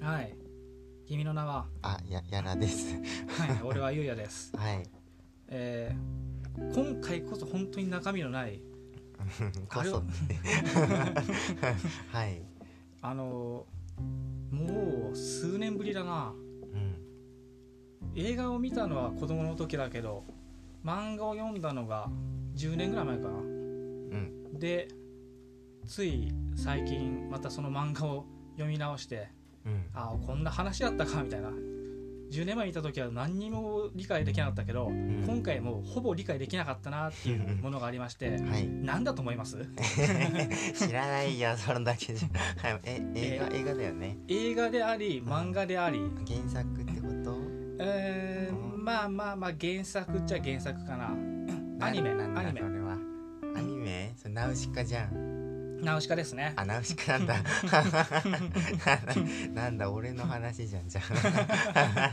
はい君の名はあややらです はい俺はゆうやですはいえー今回こそ本当に中身のないこそって はいあのーもう数年ぶりだなうん映画を見たのは子供の時だけど漫画を読んだのが10年ぐらい前かなうんでつい最近またその漫画を読み直してうんああこんな話だったかみたいな10年前見た時は何にも理解できなかったけど、ん今回もうほぼ理解できなかったなっていうものがありましてはい 何だと思います知らないよそれだけじゃ、はい、え映画映画だよね 映画であり漫画であり、原作ってことえーうんまあまあまあ原作っちゃ原作かななアニメなんだアニメそれはアニメそれナウシカじゃんナウシカです ねあ、ナウシカなんだ。なんだ、俺の話じゃん、じゃ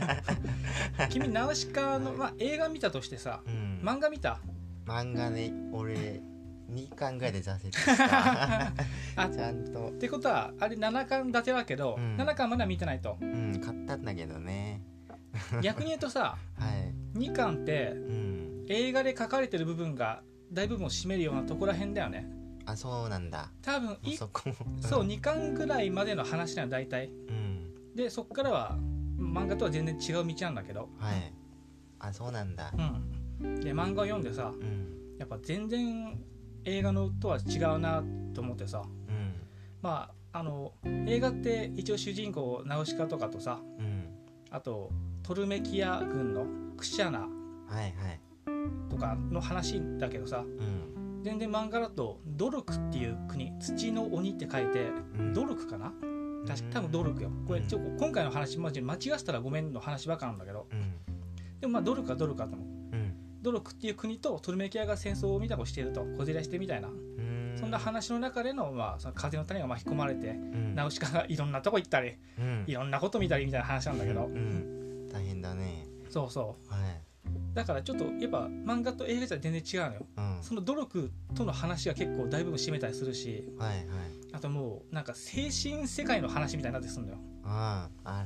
君ナウシカの、はいまあ、映画見たとしてさあ。うん、漫画見た漫画で、俺、二巻ぐらいで挫折 した。あちゃんとっ、てことはあれ7巻立てだけど、うん7巻まだ見てない とうん、買ったんだけどね。逆に言うとさはい。 2巻ってうん。映画で書かれてる部分が大部分を占めるようなとこら辺だよねあ、そうなんだ。多分いそこも。そう2巻ぐらいまでの話なの大体うん。でそっからは漫画とは全然違う道なんだけどはい。あ、そうなんだ。うんで漫画を読んでさうん。やっぱ全然映画のとは違うなと思ってさうん。まああの映画って一応主人公ナウシカとかとさうん。あとトルメキア軍のクシャナはいはい。とかの話だけどさうん。全然漫画だとドルクっていう国土の鬼って書いてうんドルクかな確か多分ドルクよこれちょっと今回の話マジ間違ってたらごめんの話ばっかなんだけどうん。でもまあドルクはドルクだと思ううん。ドルクっていう国とトルメキアが戦争を見たこしていると小競り合いしてみたいなうん。そんな話の中での,、まあその風の種が巻き込まれてうん。ナウシカがいろんなとこ行ったりうん。いろんなこと見たりみたいな話なんだけどうん。大変だね。そうそはい。うだからちょっとやっぱ漫画と映画じゃ全然違うのようん。その努力との話が結構大部分占めたりするしはいはい。あともうなんか精神世界の話みたいになってすんのようん。あら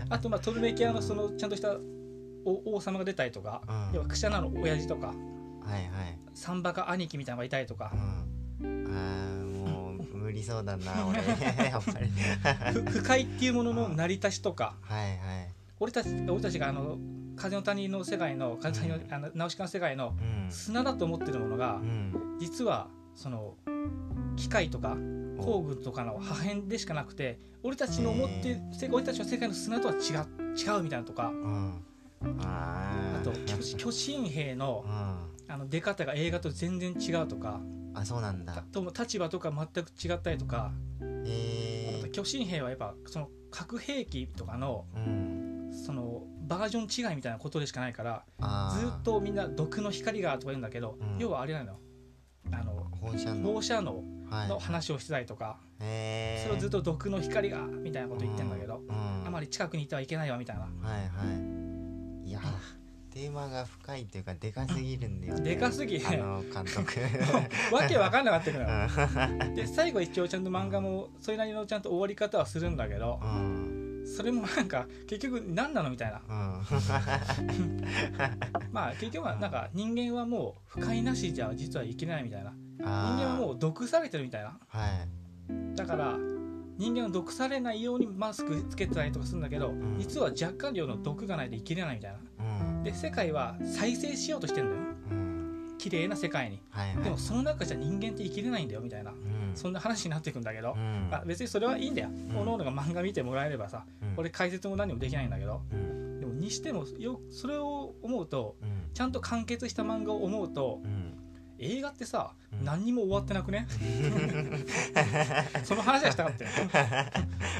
ま あとまあトルメキアのそのちゃんとしたお王様が出たりとか、あ。うん。要はクシャナの親父とかはいはい。サンバカ兄貴みたいなのがいたりとかう、ん。ああ、もう無理そうだな、 俺。やっぱり。ふ不快っていうものの成り立ちとかはいはい。俺たち俺たちがあの風の谷の世界の風の谷うのあのナウシカの世界のうん。砂だと思ってるものがうん。実はその機械とか工具とかの破片でしかなくて俺たちの思ってる世俺たちの世界の砂とは違う違うみたいなのとかうん。あああ。と巨巨神兵のうん。あの出方が映画と全然違うとかあ、そうなんだ。とも立場とか全く違ったりとかえあとえ。巨神兵はやっぱその核兵器とかのうん。そのバージョン違いみたいなことでしかないからああ。ずっ。とみんな毒の光がとか言うんだけど、うん要はあれなのあの放射能。放射能はの話をしてたりとか、い。ええ。それをずっとと毒の光がみたいなこと言ってんだけど、うん。あまり近くにいてはいけないわみたいな、はいはい。いやー、テーマが深いというか、でかすぎるんだよね。 でかすぎあの監 督。わけわかんなくなってくるのようで最後一応ちゃんと漫画もそれなりのちゃんと終わり方はするんだけどん。それもなんか結局何なのみたいなうん。まあ結局はなんか人間はもう不快なしじゃ実は生きれないみたいな人間はもう。う毒されてるみたいなはい。だから人間は毒されないようにマスクつけてたりとかするんだけど、ん実は若干量の毒がないと生きれないみたいなうん。で世界は再生しようとしてんだようん。綺麗な世界にはいはい。でもその中じゃ人間って生きれないんだよみたいなうん。そんな話になっていくんだけど、うん。あ別にそれはいいんだよ、んおのおのが漫画見てもらえればさ、うん、俺解説も何もできないんだけどうん。でもにしてもよそれを思うとうん。ちゃんと完結した漫画を思うとうん。映画ってさ、うん何にも終わって なくね その話はしたかったよ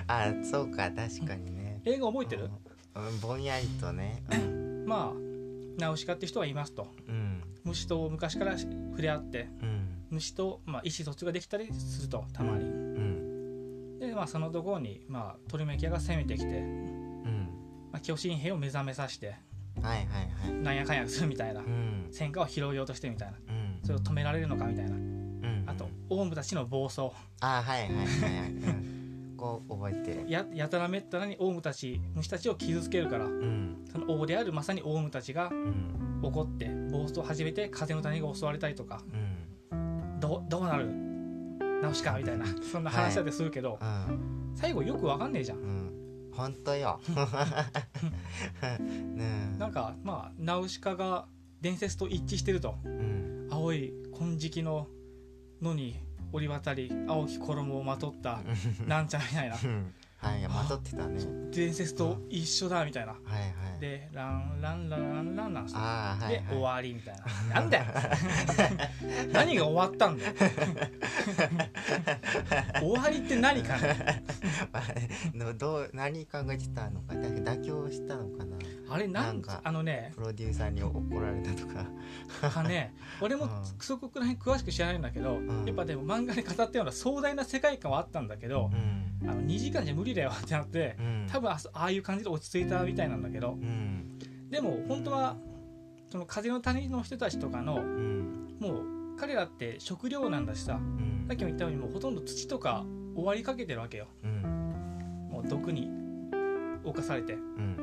あ、そうか、確かにね。映画覚えてる、うん、ぼんやりとね。うん。まあナウシカって人はいますとうん。虫と昔から触れ合ってうん。虫と、まあ、意思疎通ができたりするとたまにうん。で、まあ、そのところに、まあ、トルメキアが攻めてきて、うん。まあ、巨神兵を目覚めさせてはいはいはい。なんやかんやするみたいなうん。戦果を拾いようとしてみたいなうん。それを止められるのかみたいなうん。あとオウムたちの暴走あ、はいはいはいはい。うんこ覚えてややたらめったらにオウムたち虫たちを傷つけるからうんその王であるまさにオウムたちがうん怒って暴走を始めて風の谷が襲われたりとかうんどうどうなる直しかみたいなそんな話だってするけど、うん最後よくわかんねえじゃんうん本当よ ねなんかまあナウシカが伝説と一致してるとえうん青い金色の野に降り渡り青き衣をまとったなんちゃらみたいなうんはいまとってたね伝説と一緒だみたいなはいはいでランランランランランランしてああはいで、終はわりみたいな。なんだよ 何が終わった んだよ終わりって何かないの どう何考えてたのかだ妥協したのかなあれななんんかかあのねプロデューサーに怒られたとか かね俺もうんそこら辺詳しく知らないんだけど、んやっぱでも漫画で語ったような壮大な世界観はあったんだけどう、んあの2時間じゃ無理だよってなってうん多分あそああいう感じで落ち着いたみたいなんだけどうんでも本当はその風の谷の人たちとかのうんもう彼らって食料なんだしさうんさっきも言ったようにもうほとんど土とか終わりかけてるわけようんもう毒に侵されてうん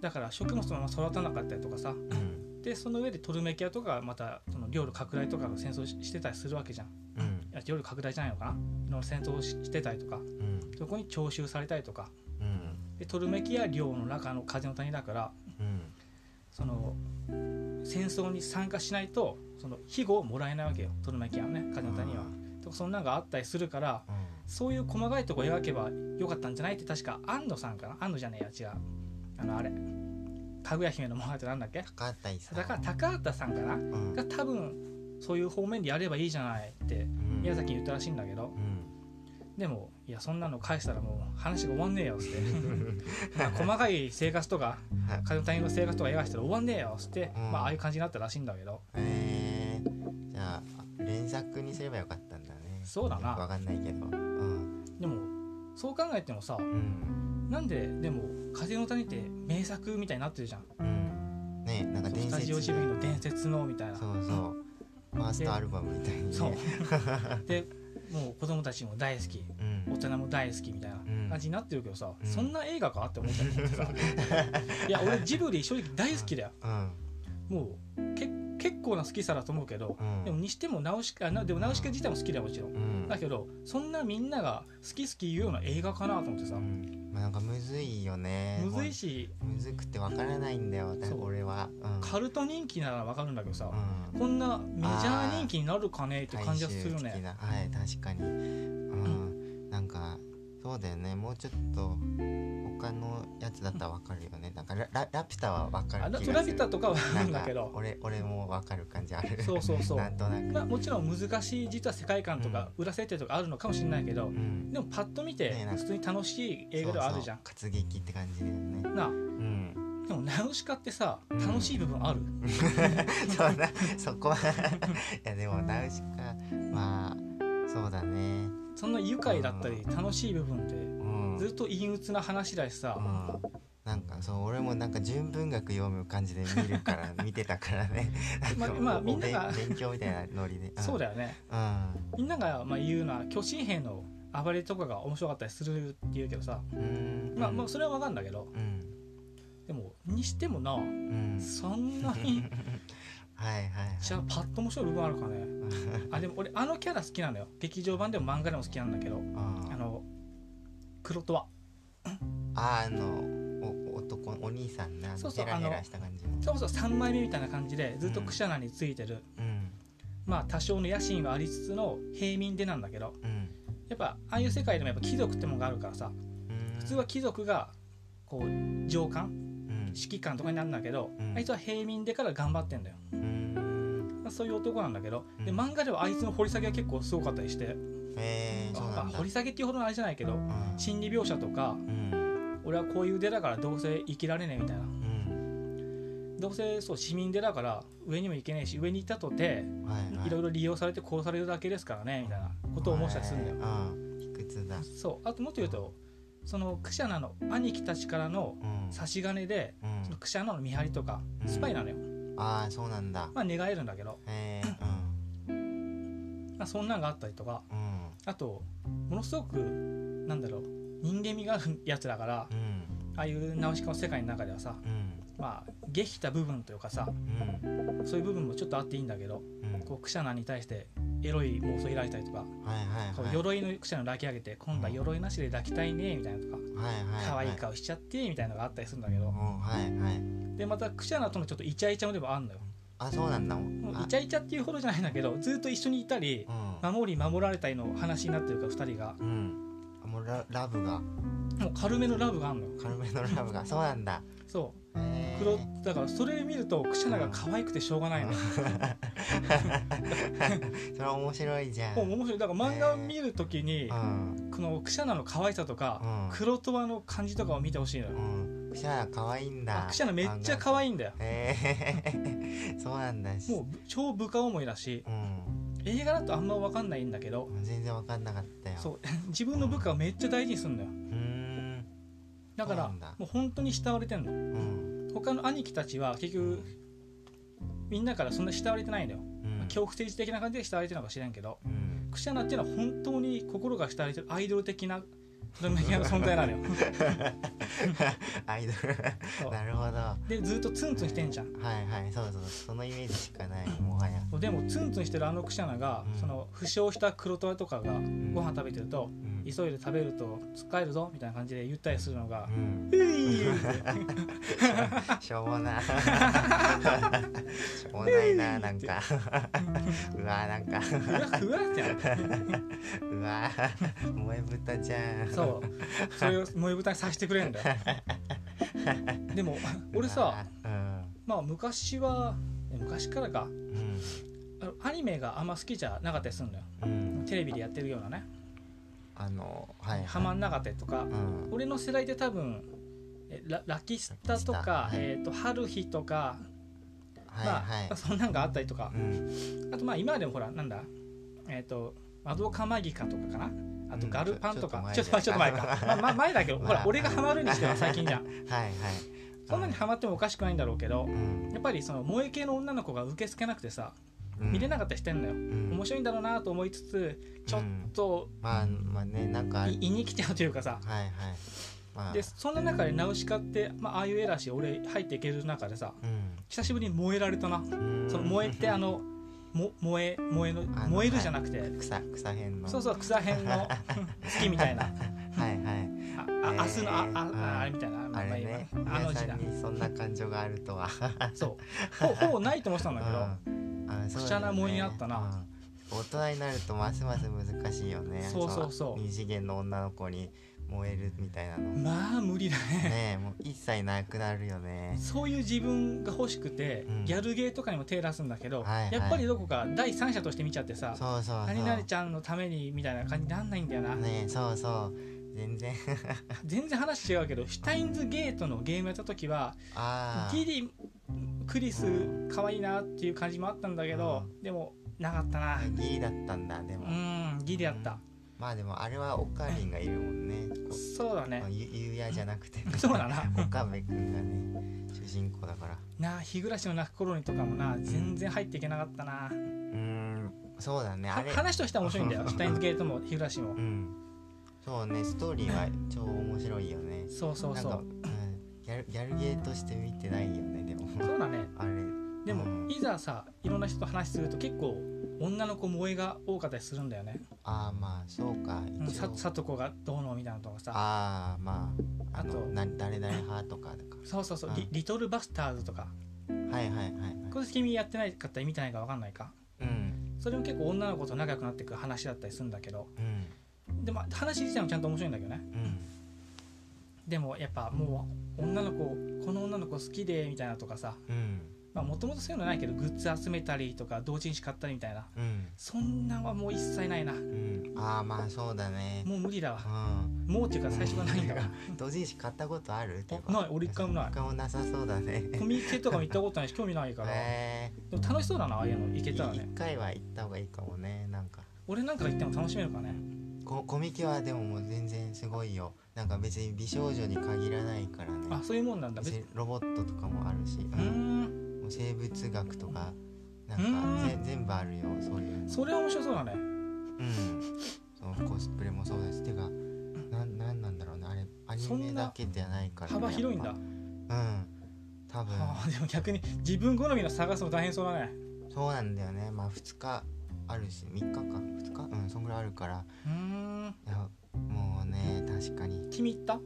だから食物のまま育たなかったりとかさうんでその上でトルメキアとかまたその領土拡大とかの戦争をししてたりするわけじゃんいうんや領土拡大じゃないのかなの戦争をししてたりとかうんそこに徴収されたりとかうんでトルメキア領の中の風の谷だからうんその戦争に参加しないとその庇護をもらえないわけよトルメキアのね風の谷は。とかそんなのがあったりするからそういう細かいとこ描けばよかったんじゃないって確か安野さんかな安野じゃねえや違うあのあれかぐや姫の物語ってなんだっけ高畑さんだから高畑さんかなうんが多分そういう方面でやればいいじゃないってうん宮崎に言ったらしいんだけどうんでもいやそんなの返したらもう話が終わんねえよっつって まあ細かい生活とかはい風の谷の生活とか描いたら終わんねえよっつって、うんまあああいう感じになったらしいんだけどえーじゃあ連作にすればよかったんだねそうだなわかんないけどうんでもそう考えてもさうんなんででも風の谷って名作みたいになってるじゃんうんねなんかそう伝スタ説ジオジブリの伝説のみたいなそうそうファーストアルバムみたいにねそう でもう子供たちも大好きうん大人も大好きみたいな感じになってるけどさ、うんそんな映画かって思っちゃっ てさいや俺ジブリ正直大好きだようんもうけ結構な好きさだと思うけど、うんでもにしてもナウシカなでもナウシカ自体も好きだよもちろんうんだけどそんなみんなが好き好き言うような映画かなと思ってさ、うんまあなんかむずいよねむずいしほんむずくてわからないんだよだそう俺はうんカルト人気ならわかるんだけどさ、うんこんなメジャー人気になるかねって感じがするよ大衆的ねなはい確かに うんなんかそうだよねもうちょっと他のやつだったらわかるよねなんかラララピュタはわかある気がすラトるラビッタとかはあなるんんだかけど俺俺もわかる感じあるそうそうそ うなんとなくまあ、もちろん難しい実は世界観とか裏設定とかあるのかもしれないけど、うんでもパッと見てねえなんか普通に楽しい映画ではあるじゃんそうそう活劇って感じだよねなあうんでもナウシカってさうん楽しい部分ある、 そうなそこは いやでもナウシカまあそうだねそんな愉快だったりう楽しい部分ってうんずっと陰鬱な話だしさ、うんなんかそう俺もなんか純文学読む感じで見るから 見てたからねまんかまあおみんなが勉勉強みたいなノリでそうだだよねうんみんながまあ言うのは巨神兵の暴れとかが面白かったりするって言うけどさ、うんまあ、まあそれは分かるんだけどうんでもにしてもなうんそんなに はいはいはいじゃあパッと面白い部分あるかねあでも俺あのキャラ好きなのよ劇場版でも漫画でも好きなんだけどうんあの黒とはああのお男お兄さんなそうそうヘラヘラした感じのそれこそ3枚目みたいな感じでずっとクシャナについてる、うんまあ多少の野心はありつつの平民でなんだけどうんやっぱああいう世界でもやっぱ貴族ってものがあるからさうん普通は貴族がこう上官うん指揮官とかになるんだけど、うんあいつは平民でから頑張ってんだよ、うんまあ、そういう男なんだけど、でうん漫画ではあいつの掘り下げは結構すごかったりして、えー、そうなあんだ掘り下げっていうほどのあれじゃないけどうん心理描写とかうん俺はこういう腕だからどうせ生きられねえみたいなうんどうせそう市民でだから上にも行けねえし上に行ったとてはいはいいろいろ利用されて殺されるだけですからねみたいなことを思ったりするんだよ。はいうん卑屈だそうあともっと言うとそのクシャナの兄貴たちからのうん差し金でうんそのクシャナの見張りとかうんスパイなのよ、ああそうなんだまあ、寝返るんだけど、えー、うんまあ、そんなんがあったりとかうんあとものすごくなんだろう人間味があるやつだからうんああいうナウシカの世界の中ではさうんまあ下品た部分というかさうんそういう部分もちょっとあっていいんだけどうんこうクシャナに対してエロい妄想開いたりとか、はいはいこはうい鎧のクシャナを抱き上げて今度は鎧なしで抱きたいねみたいなとかはいはいはい可愛い顔しちゃってみたいなのがあったりするんだけうどんはいはいでまたクシャナとのちょっとイチャイチャもでもあんのよあそうなんだもうあイチャイチャっていうほどじゃないんだけどずっと一緒にいたり守り守られたりの話になってるから2人がうんうんあもうララブがもう軽めのラブがあんのよ軽めのラブがそうなんだそへうー黒だからそれ見るとクシャナが可愛くてしょうがないのよそれ面白いじゃんもう面白いだから漫画を見るときにうんこのクシャナの可愛さとかうん黒トワの感じとかを見てほしいのようんクシャナ可愛いんだあクシャナめっちゃ可愛いいんだよへえそうなんだしもう超部下思いだしうん映画だとあんま分かんないんだけど全然分かんなかったよそう自分の部下をめっちゃ大事にするんだようーんだかそうらなんだもう本当に慕われてんのうん他の兄貴たちは結局みんなからそんな慕われてないんだようん恐怖政治的な感じで慕われてるのかもしれんけどうんクシャナっていうのは本当に心が慕われてるアイドル的なドラマの存在なのよ アイドそうルなるほどはでずっとツンツンしてんじゃんいはいそうそうそのイメージしかないもはやでもツンツンしてるあのクシャナが、うんその負傷した黒虎とかがご飯食べてると、うん急いで食べると使えるぞみたいな感じで言ったりするのがう、んういしょうも なしょうもないななんかうわなんかふわふわってなるうわ萌え豚じゃんそうそれを萌え豚にさせてくれるんだ よでも俺さうんまあ昔はえ昔からかうんあのアニメがあんま好きじゃなかったりするのようんテレビでやってるようなねあのはいはいハマんなかったりとかうん俺の世代で多分えララキスタとラかキスタはいえーと春日とかはいまはいあそんなんがあったりとかうんあとまあ今でもほらなんだえっ、とマドカマギカとかかなあとうんガルパンとか、ちょちょっと前ちちょょっとっと前前かか、まあ、まあ 前だけど、まあほら俺がハマるにしては最近じ ゃんはいはいそんなにハマってもおかしくないんだろうけどうんやっぱりその萌え系の女の子が受け付けなくてさうん見れなかったりしてんのようん面白いんだろうなと思いつつちょっとまあまあねなんかはいい胃に来ちゃうというかさはいまあでそんな中でナウシカって、まあああいう絵だし俺入っていける中でさうん久しぶりに燃えられたなうんその燃えってあのも燃え燃えの燃えるじゃなくて草草辺のそうそう草辺 の好きみたいなはいはいああ明日のああああれみたいなまああまあれ今ねあ皆のさ字だんにそんな感情があるとはそうほ ほぼないと思ってたんだけど、うんあそうだよねくしゃなもんになったな、うん大人になるとますます難しいよねそうそうそうの二次元の女の子に燃えるみたいなのねまあ無理だねえもう一切なくなるよねそういう自分が欲しくて、うんギャルゲーとかにも手出すんだけど、はいはいやっぱりどこか第三者として見ちゃってさそうそうそう何々ちゃんのためにみたいな感じになんないんだよな、ねえそうそう全然全然話違うけどシュタインズゲートのゲームやった時はああ ギリクリスう可愛いなっていう感じもあったんだけど、でもなかったなギリだったんだでも、うんギリやった、まあでもあれはオカリンがいるもんねこそうだねうゆゆうやじゃなくて、ね、 そうだな 岡部君がね主人公だからなあ日暮らしの泣く頃にとかもな全然入っていけなかったな、うーんそうだねあはれ話としては面白いんだよシュタインズゲートも日暮らしも、うんそうねストーリーは超面白いよねそうそうそなんか、ううん、ギャルギャルゲーとして見てないよねでもそうだねあれでも、うんいざさいろんな人と話すると結構女の子萌えが多かったりするんだよね、ああまあそうかうん、一さ応里子がどうのみたいなのとかさああまあああのとな誰々派とかとかそうそうそう、うんリリトルバスターズとかはいはいはいはいこれ君やってないかったら見てないか分かんないかうんそれも結構女の子と仲良くなっていく話だったりするんだけどうんでも話自体もちゃんと面白いんだけどねうんでもやっぱもう女の子この女の子好きでみたいなとかさうんもともとそういうのないけどグッズ集めたりとか同人誌買ったりみたいなうんそんなんはもう一切ないなうんああまあそうだねもう無理だわうんもうっていうか最初がない んだわ同人誌買ったことあるってばない俺一回もない一回もなさそうだねコミケとかも行ったことないし興味ないからでえも楽しそうだなああいうの行えけたらね一回は行った方がいいかもねなんか俺なんかが行っても楽しめるからねこコミケはでももう全然すごいよなんか別に美少女に限らないからねあそういうもんなんだ別にせロボットとかもあるし、うーんもう生物学とかなうんんかぜ全部あるよそういうのそれは面白そうだねうんそうコスプレもそうですてかなんなんなんだろうそんな夢だけじゃないからね幅広いんだやっぱうん多分あーでも逆に自分好みの探すの大変そうだねそうなんだよねまあ2日あるし3日か2日うんそんぐらいあるからうーんいやもうね確かに君行ったう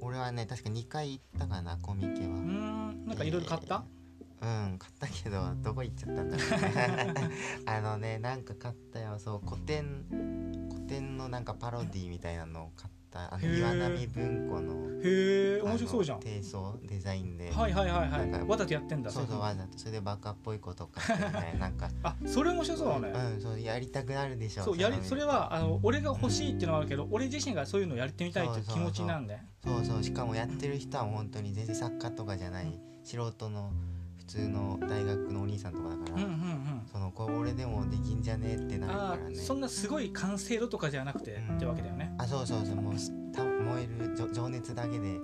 俺はね確か2回行ったかなコミケはーんなんかいろいろ買った、うん買ったけどどこ行っちゃったんだろ うねあのねなんか買ったよそう古典古典のなんかパロディみたいなのを買ったあへのー岩波文庫のへえ面白そうじゃんあの低層デザインで、はいはいはいなはんいかわざとやってんだそうそうわざとそれでバカっぽいことを書いてねなんかあそれ面白そうだね、うんそうやりたくなるでしょそうやりのそれはあの俺が欲しいっていうのはあるけど、俺自身がそういうのやってみたいっていうそうそう気そう持ちなんでそうそうしかもやってる人は本当に全然作家とかじゃない素人の普通の大学のお兄さんとかだから、うんうんうんそのこれ俺でもできんじゃねえってなるあからあねそんなすごい完成度とかじゃなくて、うんってわけだよねあそうそうそうもうすた燃えるじょ情熱だけで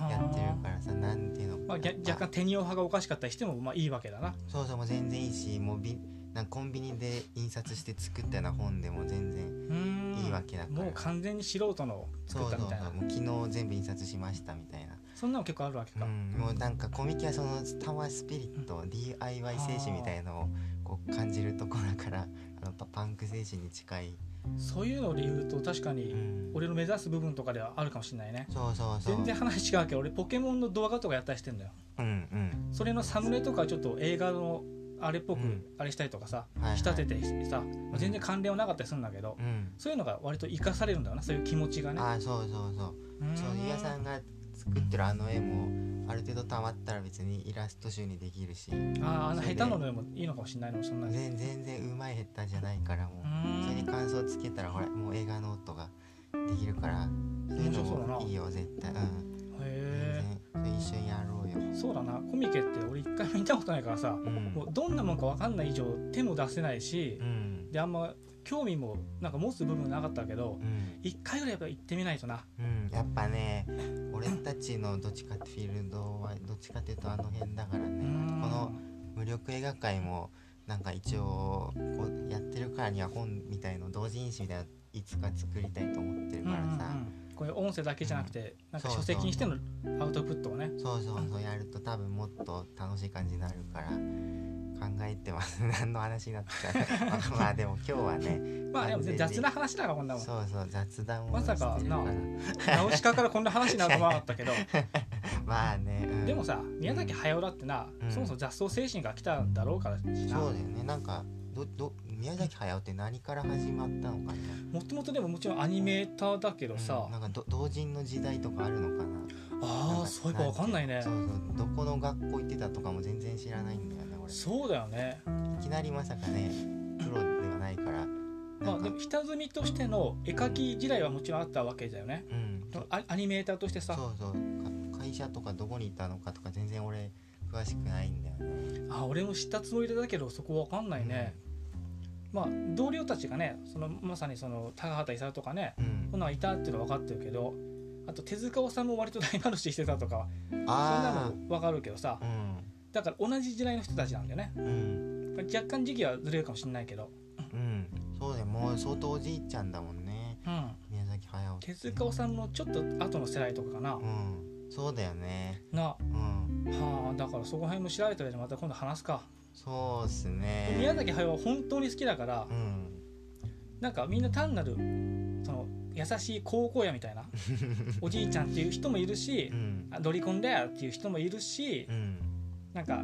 やってるからさなんていうの、まあ、ぎゃやっぱ若干手にオ派がおかしかったりしてもまあいいわけだなそうそうもう全然いいしもうびなんかコンビニで印刷して作ったような本でも全う然ーんいいわけだから、もう完全に素人のそ作うっそたうそみうたいなそもう昨日全部印刷しましたみたいなんなの結構あるわけか、うん、もうなんかコミケはそのタワースピリット、DIY 精神みたいのをこう感じるところだからあのパパンク精神に近い、そういうので言うと確かにうん俺の目指す部分とかではあるかもしれないねそうそうそう全然話違うけど俺ポケモンの動画とかやったりしてんだようんそれのサムネとかちょっと映画のあれっぽくうんあれしたりとかさ、うんはい仕立ててさ、まあ全然関連はなかったりするんだけど、はいうんそういうのが割と生かされるんだよなそういう気持ちがねあそうそうそううーんそうゆうやさんが作ってるあの絵もある程度たまったら別にイラスト集にできるしあーあのそれ下手でなのでもいいのかもしれないのそんなに全全然うまい下手じゃないからもうーうそれにん感想つけたらほらもう映画ノートができるからそういうの面白そうだなもいいよ絶対うんへ全然一緒にやろうよえそうだなコミケって俺一回も見たことないからさうんもうどんなもんか分かんない以上手も出せないしう、んであんま興味もなんか持つ部分なかったけどうん一回ぐらいやっぱ行ってみないとなうんやっぱね俺たちのどっちかってフィールドはどっちかっていうとあの辺だからうねーんこの無力映画界もなんか一応こうやってるからには本みたいの同人誌みたいないつか作りたいと思ってるからさ、うんうんうんこういう音声だけじゃなくて、なんかそうそう書籍にしてのアウトプットをねそうそうそうやると多分もっと楽しい感じになるから考えてます何の話になって たまあまあでも今日はねまあで完も全に雑な話だからこんなもんそうそう雑談をまさかしてるからなナウシカからこんな話になると思わなかったけどまあね、 うんでもさ宮崎駿だってな、うんそもそも雑草精神が来たんだろうからしそうなだよねなんかどど宮崎駿って何から始まったのかなもともとでももちろんアニメーターだけどさうん、なんかど同人の時代とかあるのかななんああかそういえば分かんないねそうそうどこの学校行ってたとかも全然知らないんだよね俺そうだよねいきなりまさかねプロではないからまなあんでかも下積みとしての絵描き時代はもちろんあったわけだよねうんそうアアニメーターとしてさそうか会社とかどこにいたのかとか全然俺詳しくないんだよねあ俺も知ったつもりだけどそこ分かんないね、まあ同僚たちがねそのまさにその高畑勲とかねうんこんなんいたっていうのは分かってるけどあと手塚治虫も割と大マルシしてたとかそんなあの分かるけどさあだから同じ時代の人たちなんだよねうんうん若干時期はずれるかもしれないけど、うんそうだよもう相当おじいちゃんだもんねうん、宮崎駿って手塚治虫のちょっと後の世代とかかな、うんそうだよねなうんはあだからそこら辺も調べたりまた今度話すか、そうっすね宮崎駿は本当に好きだから、うんなんかみんな単なるその優しい高校やみたいなおじいちゃんっていう人もいるしう、んあドリコンだよっていう人もいるし、うんなんか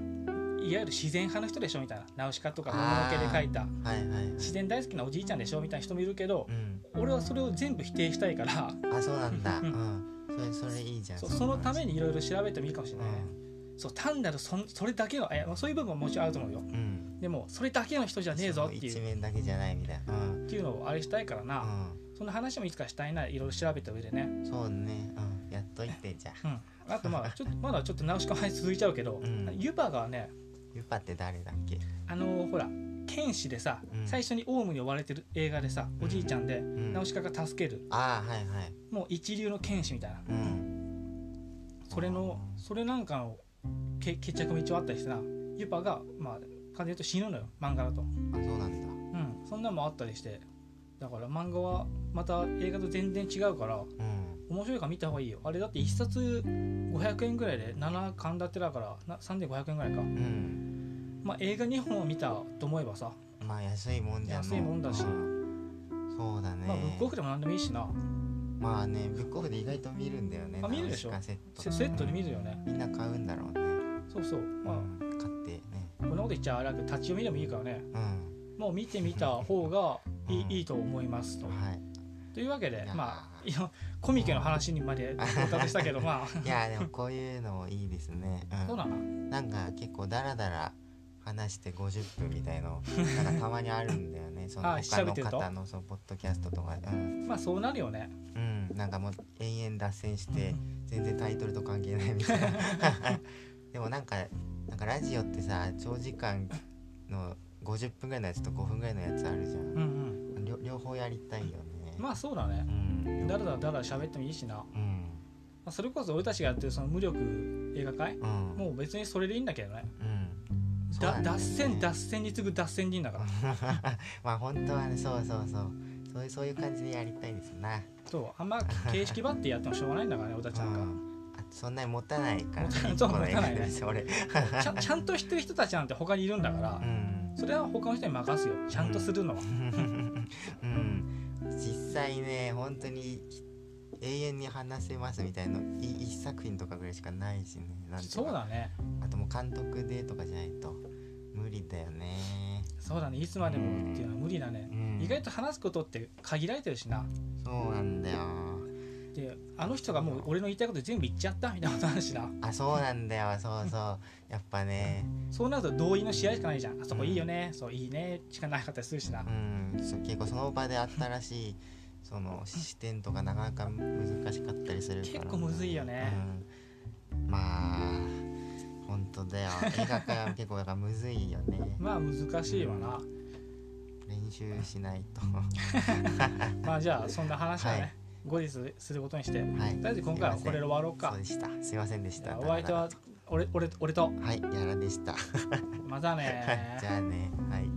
いわゆる自然派の人でしょみたいなナウシカとかもののけで書いたはいはいはい自然大好きなおじいちゃんでしょみたいな人もいるけどう、ん俺はそれを全部否定したい からあそうなんだ、ううんんそれそれいいじゃんそうそのためにいろいろ調べてもいいかもしれうないね、ん、そう単なるそんそれだけのいやまあそういう部分ももちろんあると思うようん、でもそれだけの人じゃねえぞってい一う面だけじゃないみたいなうん、っていうのをあれしたいからな、そんな話もいつかしたいないろいろ調べた上でねうん、そうね、うん、やっといてじゃあ うんあとまあちょっとまだちょっと直しか話続いちゃうけど、うんユパがねユパって誰だっけあのーほら剣士でさ、うん最初にオウムに追われてる映画でさおじいちゃんで、んナウシカが助けるああはいはいもう一流の剣士みたいなうんそれのあーそれなんかのけ決着も一応あったりしてなユパがまあ完全に言うと死ぬのよ漫画だとあそうなんだうんそんなのもあったりしてだから漫画はまた映画と全然違うからうん面白いから見た方がいいよあれだって一冊500円ぐらいで7巻立てだからな3500円ぐらいか、うんまあ、映画2本を見たと思えばさ、まあ安いもんじゃの安いもんだしうんそうだね、まあ、ブックオフでも何でもいいしなまあねブックオフで意外と見るんだよねあ見るでしょナウシカセットセセットで見るよねみんな買うんだろうね、そうそうまあうん買ってねこんなこと言っちゃあれだけど立ち読みでもいいからねうんもう見てみた方がいい,、うんいいと思いますと。は いというわけでいやーまあいやコミケの話にまで到達した けどまいやでもこういうのもいいですね、あう、そうんだななんか結構ダラダラ話して50分みたいのなんかたまにあるんだよ ねそのあ他調べのてると方のそうポッドキャストとかでうん、まあそうなるよね。うん、なんかもう延々脱線してうん全然タイトルと関係ないみたいな でもなんかなんかラジオってさ長時間の50分ぐらいのやつと5分ぐらいのやつあるじゃんうんうん両両方やりたいよねまあそうだねう。んだらだらだら喋ってもいいしな。まうんあ、それこそ俺たちがやってるその無力映画会うんもう別にそれでいいんだけどね。うんそうなだんだよ脱ね線脱線に次ぐ脱線人だから。まあ本当はねそうそうそうそういうそういう感じでやりたいですなそうあんま形式ばってやってもしょうがないんだからね俺たちなんうか。んあそんなに持たないから持たない そうこの映画持たないねです俺ちゃんちゃんと知ってる人たちなんて他にいるんだからう。んそれは他の人に任すよちゃんとするのは、うん実際ね本当に永遠に話せますみたいのい一作品とかぐらいしかないしねなんていかそうだねあともう監督でとかじゃないと無理だよねそうだねいつまでもっていうのは無理だねう、ん意外と話すことって限られてるしなそうなんだよであの人がもう俺の言いたいこと全部言っちゃったみたいなことあるしなあそうなんだよそうそうやっぱねそうなると同意の試合しかないじゃんあそこいいよね、そういいねしかなかったりするしな、うん、そう結構その場であったらしいその視点とかなかなか難しかったりするから結構むずいよね、うん、まあ本当だよ映画界は結構だからむずいよねまあ難しいわな、練習しないとまあじゃあそんな話はね、はい後日することにしてとはいりあえず今回はこれで終わろうそかうでしたすいませんでしじゃたあお相手は俺俺俺とはいやらでしたまたねー じゃあねはい